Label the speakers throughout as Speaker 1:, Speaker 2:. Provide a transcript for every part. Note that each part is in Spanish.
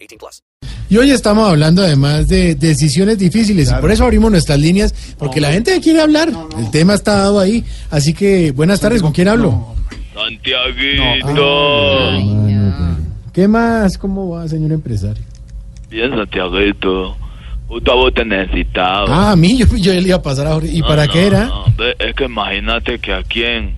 Speaker 1: 18 plus.
Speaker 2: Y hoy estamos hablando además de decisiones difíciles y por eso abrimos nuestras líneas, porque la gente quiere hablar. El tema está dado ahí. Así que buenas tardes, ¿con quién hablo?
Speaker 3: Santiaguito.
Speaker 2: Ah. ¿Qué más? ¿Cómo va, señor empresario?
Speaker 3: Bien, Santiaguito. Justo a vos te necesitaba.
Speaker 2: Ah, a mí, yo, yo le iba a pasar a Jorge. ¿Y para
Speaker 3: No,
Speaker 2: qué era?
Speaker 3: no, ve, es que imagínate que aquí en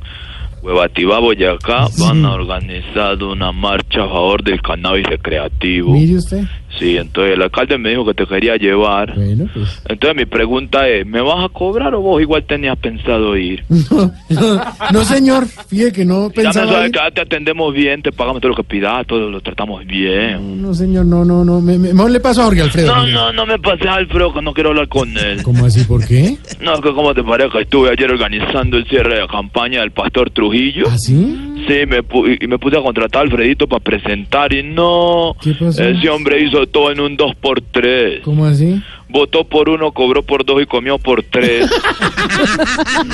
Speaker 3: Huevativá, Boyacá, van a organizar una marcha a favor del cannabis recreativo.
Speaker 2: Mire usted.
Speaker 3: Sí, entonces el alcalde me dijo que te quería llevar.
Speaker 2: Bueno, pues.
Speaker 3: Entonces mi pregunta es, ¿me vas a cobrar o vos igual tenías pensado ir?
Speaker 2: No, no, no, señor, fíjate que no
Speaker 3: Ya me
Speaker 2: pensaba.
Speaker 3: sabes
Speaker 2: ir.
Speaker 3: que acá te atendemos bien, te pagamos todo lo que pidas, todo lo tratamos bien.
Speaker 2: No, señor, no, no, no. me- me- mejor le paso a Jorge Alfredo.
Speaker 3: No,
Speaker 2: mire.
Speaker 3: no, no me pases Alfredo, que no quiero hablar con él.
Speaker 2: ¿Cómo así? ¿Por qué?
Speaker 3: No, es que como te parece que estuve ayer organizando el cierre de campaña del Pastor Trujillo.
Speaker 2: ¿Ah,
Speaker 4: Ah,
Speaker 2: ¿Así?
Speaker 3: Sí, me pu- y me puse a contratar a Alfredito para presentar y no.
Speaker 2: ¿Qué pasó?
Speaker 3: Ese hombre hizo todo en un 2x3.
Speaker 2: ¿Cómo así?
Speaker 3: Votó por uno, cobró por dos y comió por tres.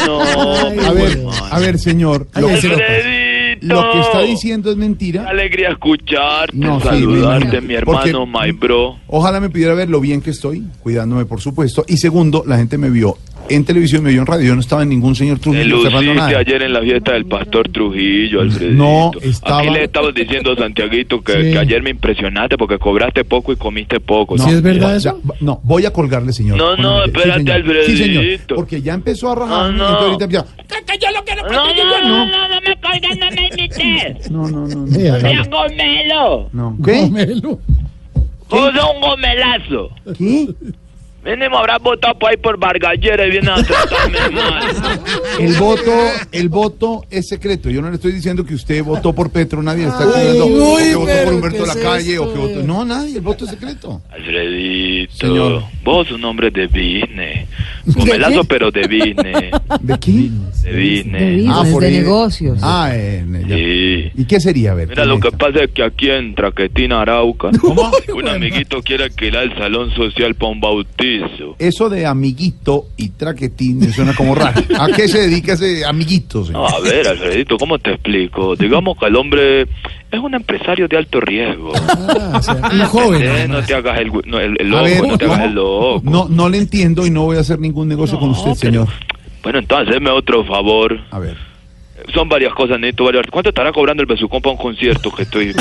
Speaker 3: no.
Speaker 4: A ver, a ver, señor. Lo,
Speaker 2: Ay, sí, lo-
Speaker 3: Alfredito.
Speaker 4: lo que está diciendo es mentira.
Speaker 3: Qué alegría escucharte,
Speaker 4: No, sí, me
Speaker 3: saludarte,
Speaker 4: imagino.
Speaker 3: mi hermano,
Speaker 4: Porque-
Speaker 3: my bro.
Speaker 4: Ojalá me pudiera ver lo bien que estoy, cuidándome, por supuesto. Y segundo, la gente me vio en televisión, me vio en radio. Yo no estaba en ningún señor
Speaker 3: Te
Speaker 4: Trujillo cerrando
Speaker 3: luciste
Speaker 4: nada.
Speaker 3: ayer en la fiesta del pastor Trujillo, Alfredito.
Speaker 4: No, estaba-
Speaker 3: Aquí le estabas diciendo a Santiaguito que,
Speaker 2: Sí.
Speaker 3: que ayer me impresionaste porque cobraste poco y comiste poco.
Speaker 2: No. ¿Sí es verdad
Speaker 4: ya-
Speaker 2: eso?
Speaker 4: ya- no, voy a colgarle, señor.
Speaker 3: No, no,
Speaker 4: Bueno, sí,
Speaker 3: espérate,
Speaker 4: señor. Sí, señor.
Speaker 3: Alfredito.
Speaker 4: Porque ya empezó a rajar.
Speaker 3: No, no.
Speaker 5: que yo lo quiero
Speaker 3: No, no,
Speaker 5: porque yo- no,
Speaker 3: no,
Speaker 5: no, no me colgan, no me imites.
Speaker 4: No, no, no.
Speaker 2: Sí, a
Speaker 5: Sea
Speaker 2: ver.
Speaker 5: gomelo.
Speaker 4: no. ¿Qué?
Speaker 2: Cómelo.
Speaker 3: Vos sos un gomelazo.
Speaker 4: ¿Qué?
Speaker 3: Mínimo habrás votado por ahí por Vargallera y vienes a tratarme mal.
Speaker 4: El voto, el voto es secreto. Yo no le estoy diciendo que usted votó por Petro, nadie le está
Speaker 2: Ay,
Speaker 4: acusando o
Speaker 2: uy,
Speaker 4: que votó por
Speaker 2: pero ¿qué
Speaker 4: Humberto
Speaker 2: es
Speaker 4: la calle o
Speaker 2: esto,
Speaker 4: que votó.
Speaker 2: viejo?
Speaker 4: No, nadie, el voto es secreto.
Speaker 3: Alfredito,
Speaker 4: Señor.
Speaker 3: vos sos un hombre de business.
Speaker 2: ¿De
Speaker 3: Gomelazo,
Speaker 2: qué?
Speaker 3: pero de business.
Speaker 4: ¿De quién?
Speaker 3: De business.
Speaker 6: business. Ah,
Speaker 4: por
Speaker 6: de
Speaker 4: ahí.
Speaker 6: negocios.
Speaker 4: Ah, en- ya.
Speaker 3: Sí.
Speaker 4: ¿Y qué sería? A ver,
Speaker 3: Mira, lo que
Speaker 4: comenta.
Speaker 3: pasa es que aquí en Traquetina, Arauca,
Speaker 4: ¿Cómo?
Speaker 3: un amiguito quiere alquilar el salón social para un bautizo.
Speaker 4: Eso de amiguito y traquetín me suena como raro. ¿A qué se dedica ese amiguito,
Speaker 3: No,
Speaker 4: señor?
Speaker 3: a ver, Alfredito, ¿cómo te explico? Digamos que el hombre es un empresario de alto riesgo.
Speaker 2: Ah, o sea, un joven.
Speaker 3: Eh, no
Speaker 2: además.
Speaker 3: te hagas el, gu- no, el- el
Speaker 4: A
Speaker 3: loco,
Speaker 4: ver,
Speaker 3: no te
Speaker 4: ¿cómo?
Speaker 3: hagas el loco.
Speaker 4: No, no le entiendo y no voy a hacer ningún negocio con usted, señor.
Speaker 3: Bueno, entonces, hazme otro favor.
Speaker 4: A ver.
Speaker 3: Son varias cosas, Neto. Varias... ¿Cuánto estará cobrando el besucón para un concierto que estoy... eh?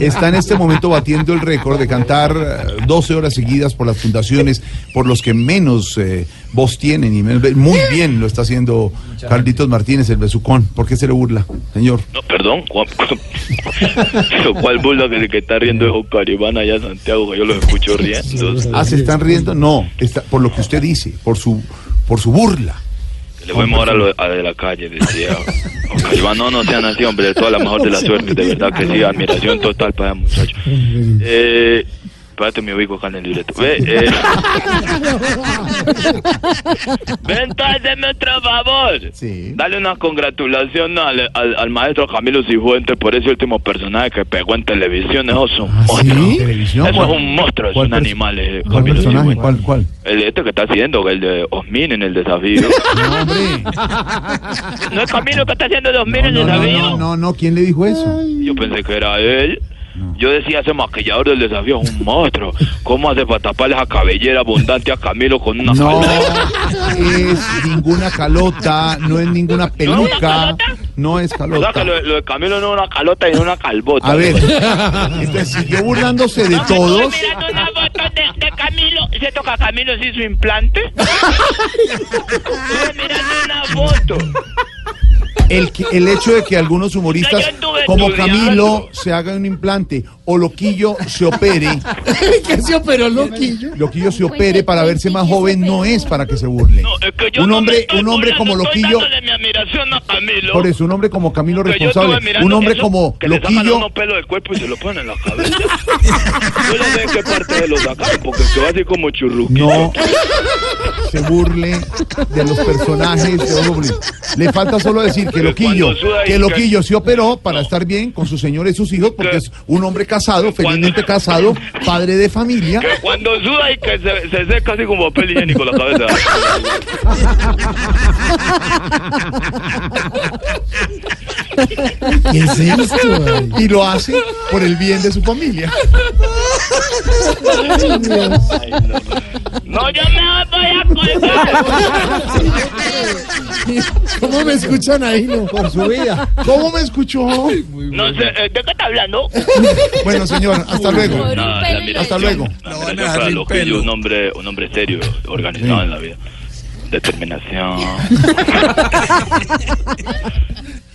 Speaker 4: Está en este momento batiendo el récord de cantar eh, 12 horas seguidas por las fundaciones, por los que menos eh, voz tienen. y menos- Muy bien lo está haciendo Carlitos Martínez, el besucón. ¿Por qué se le burla, señor?
Speaker 3: No, perdón. ¿cuál- Pero ¿Cuál burla que, que está riendo es Oscar Iván allá en Santiago, que yo los escucho riendo.
Speaker 4: Ah, ¿se están riendo? No, está, por lo que usted dice, por su, por su burla.
Speaker 3: Le voy a morar a lo a de la calle, decía. Oscar Iván, no, no sean así, hombre, toda la mejor de la suerte, de verdad que sí, admiración total para el muchacho. Eh, espérate, me ubico acá en el libreto. Ve, eh. Ve, entonces, hazme otro favor.
Speaker 4: Sí.
Speaker 3: Dale una congratulación al, al, al maestro Camilo Cifuentes por ese último personaje que pegó en televisión. Eso es un
Speaker 4: Ah, ¿sí?
Speaker 3: monstruo.
Speaker 4: ¿Televisión?
Speaker 3: Eso es
Speaker 4: ¿Cuál-
Speaker 3: un monstruo, es
Speaker 4: cuál
Speaker 3: un
Speaker 4: perso-
Speaker 3: animal. eh,
Speaker 4: ¿Cuál
Speaker 3: Camilo
Speaker 4: personaje?
Speaker 3: Cifuentes.
Speaker 4: ¿Cuál? ¿Cuál?
Speaker 3: El este que está haciendo, el de Osmin en el desafío.
Speaker 4: No, hombre.
Speaker 3: No es Camilo que está haciendo dos mil en
Speaker 4: No,
Speaker 3: el
Speaker 4: no,
Speaker 3: desafío.
Speaker 4: no, no, no, ¿quién le dijo eso?
Speaker 3: Yo pensé que era él. Yo decía, ese maquillador del desafío es un monstruo. ¿Cómo hace para taparle esa cabellera abundante a Camilo con una
Speaker 4: No
Speaker 3: calota?
Speaker 4: es ninguna calota, no es ninguna peluca,
Speaker 3: calota?
Speaker 4: no es
Speaker 3: O sea, que
Speaker 4: calota.
Speaker 3: lo, lo de Camilo no es una calota, sino una calbota.
Speaker 4: A ver, este siguió burlándose de todos.
Speaker 5: Estoy mirando una foto de, de Camilo. Se toca Camilo sí su implante.
Speaker 3: Estuve mirando una foto.
Speaker 4: el, que- el hecho de que algunos humoristas
Speaker 3: Ya yo anduve
Speaker 4: como
Speaker 3: estudiando.
Speaker 4: Camilo se hagan un implante o Loquillo se opere,
Speaker 2: ¿Qué se operó loquillo?
Speaker 4: Loquillo se opere para verse más joven no es para que se burle.
Speaker 3: No, es que yo
Speaker 4: Un
Speaker 3: no me
Speaker 4: hombre,
Speaker 3: estoy
Speaker 4: un hombre como
Speaker 3: burlando,
Speaker 4: Loquillo,
Speaker 3: Estoy dándole mi admiración a Camilo.
Speaker 4: por eso un hombre como Camilo
Speaker 3: Que yo estuve
Speaker 4: responsable,
Speaker 3: mirando
Speaker 4: un hombre
Speaker 3: eso,
Speaker 4: como
Speaker 3: que le sacan a
Speaker 4: Loquillo
Speaker 3: uno pelo del cuerpo y se lo ponen en la cabeza. Yo no sé en qué parte de lo sacan, porque se va así como churruquito.
Speaker 4: no se burle de los personajes de Don Robledo. Le falta solo decir que
Speaker 3: Que
Speaker 4: Loquillo,
Speaker 3: cuando suda y
Speaker 4: que
Speaker 3: que-
Speaker 4: Loquillo se operó para
Speaker 3: No.
Speaker 4: estar bien con su señora y sus hijos, porque
Speaker 3: Que-
Speaker 4: es un hombre casado,
Speaker 3: cuando-
Speaker 4: felizmente casado, padre de familia.
Speaker 3: Que cuando suda y que se, se seca así como papel higiénico la cabeza.
Speaker 2: ¿Qué es esto? ay?
Speaker 4: Y lo hace por el bien de su familia.
Speaker 3: Ay, no. no, yo me voy a colgar.
Speaker 2: ¿Cómo me escuchan ahí? No? Por su vida.
Speaker 4: ¿Cómo me escuchó?
Speaker 3: No sé, eh, ¿de qué está hablando?
Speaker 4: Bueno, señor, hasta luego.
Speaker 7: Por un pelo en la
Speaker 4: Hasta
Speaker 7: lengua.
Speaker 4: luego.
Speaker 8: Lo
Speaker 3: No,
Speaker 8: van a
Speaker 3: yo
Speaker 8: dejar
Speaker 3: para
Speaker 8: sin
Speaker 3: Loquillo,
Speaker 8: pelo.
Speaker 3: un hombre, un hombre serio, organizado
Speaker 4: Sí.
Speaker 3: en la vida. Determinación.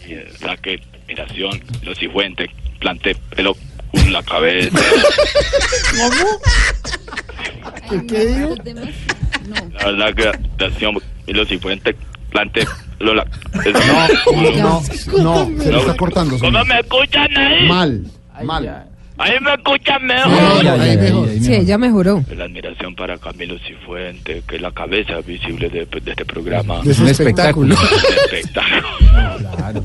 Speaker 3: Y, eh, Saque, miración, los cifuentes, planté pelo en la cabeza.
Speaker 2: ¿Qué digo?
Speaker 7: Los demás, no.
Speaker 3: La verdad que miración, los cifuentes, planté pelo en la cabeza.
Speaker 4: No, no, no, se lo está cortando.
Speaker 3: ¿Cómo
Speaker 4: señor.
Speaker 3: me escuchan ahí?
Speaker 4: Mal, mal.
Speaker 3: Ahí me escuchan
Speaker 2: No,
Speaker 3: mejor.
Speaker 2: no, ahí mejor.
Speaker 9: Sí, ella mejoró.
Speaker 3: La admiración para Camilo Cifuentes, que es la cabeza visible de, de este programa.
Speaker 2: Es un espectáculo.
Speaker 3: un espectáculo.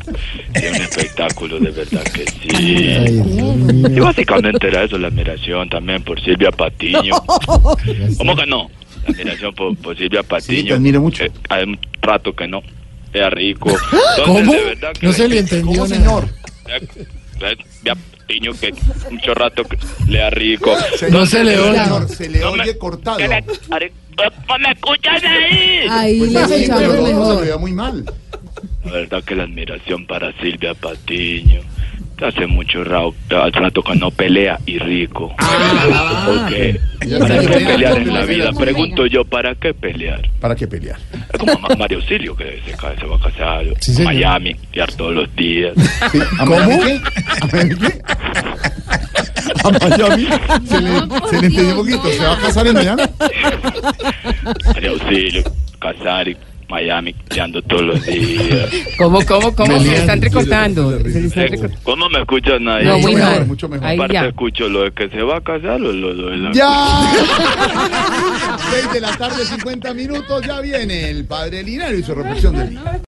Speaker 3: Es un espectáculo, de verdad que sí. Y básicamente era eso, la admiración también por Silvia Patiño. ¿Cómo que no? La admiración por, por Silvia Patiño.
Speaker 4: Sí, te admiro mucho.
Speaker 3: Eh, Hay un rato que no. Era rico. Entonces,
Speaker 2: ¿Cómo?
Speaker 3: de verdad que
Speaker 2: No se le
Speaker 3: hay-
Speaker 2: entendió
Speaker 4: ¿Cómo,
Speaker 2: nada.
Speaker 4: señor?
Speaker 3: eh, eh, Silvia Patiño que mucho rato que le da rico.
Speaker 2: No se le oye.
Speaker 4: Señor, se le
Speaker 3: No me-
Speaker 4: oye cortado.
Speaker 3: ¿Qué le- are- ¿Cómo me escuchas ahí?
Speaker 9: Ahí
Speaker 4: Pues
Speaker 9: les
Speaker 4: sí,
Speaker 9: echamos
Speaker 4: pero no, se
Speaker 9: mejor.
Speaker 4: le oía muy mal.
Speaker 3: La verdad que la admiración para Silvia Patiño. Hace mucho rato, hace rato que no pelea y rico.
Speaker 6: Ah,
Speaker 3: Porque ¿Para qué
Speaker 4: pelea,
Speaker 3: pelear en
Speaker 7: ¿cómo
Speaker 3: la
Speaker 7: es?
Speaker 3: vida?
Speaker 7: ¿Cómo
Speaker 3: Pregunto yo, ¿para qué pelear?
Speaker 4: ¿Para qué pelear?
Speaker 3: Es como Ma- Mario Silio que se, ca- se va a casar
Speaker 2: Sí,
Speaker 3: a
Speaker 2: señor.
Speaker 3: Miami, pelear todos los días.
Speaker 4: Sí, ¿A Miami qué? ¿A Miami qué? ¿A Miami? Se le,
Speaker 7: No, por
Speaker 4: se le entendió un
Speaker 7: Dios,
Speaker 4: poquito.
Speaker 7: no.
Speaker 4: ¿Se va a casar en Miami?
Speaker 3: Mario Silio, casar y Miami, peleando todos los días.
Speaker 6: ¿Cómo, cómo, cómo? Se le están recortando. Se le están
Speaker 3: Eh,
Speaker 6: recortando.
Speaker 3: ¿Cómo me escuchan ahí?
Speaker 6: No, muy
Speaker 4: mucho mejor,
Speaker 6: mal.
Speaker 4: mucho mejor.
Speaker 6: Ahí
Speaker 3: Aparte
Speaker 6: ya.
Speaker 3: escucho lo de que se va a casar o lo, lo de la...
Speaker 4: ¡Ya! 6 de la tarde, 50 minutos. Ya viene el padre Linares y su reflexión del día.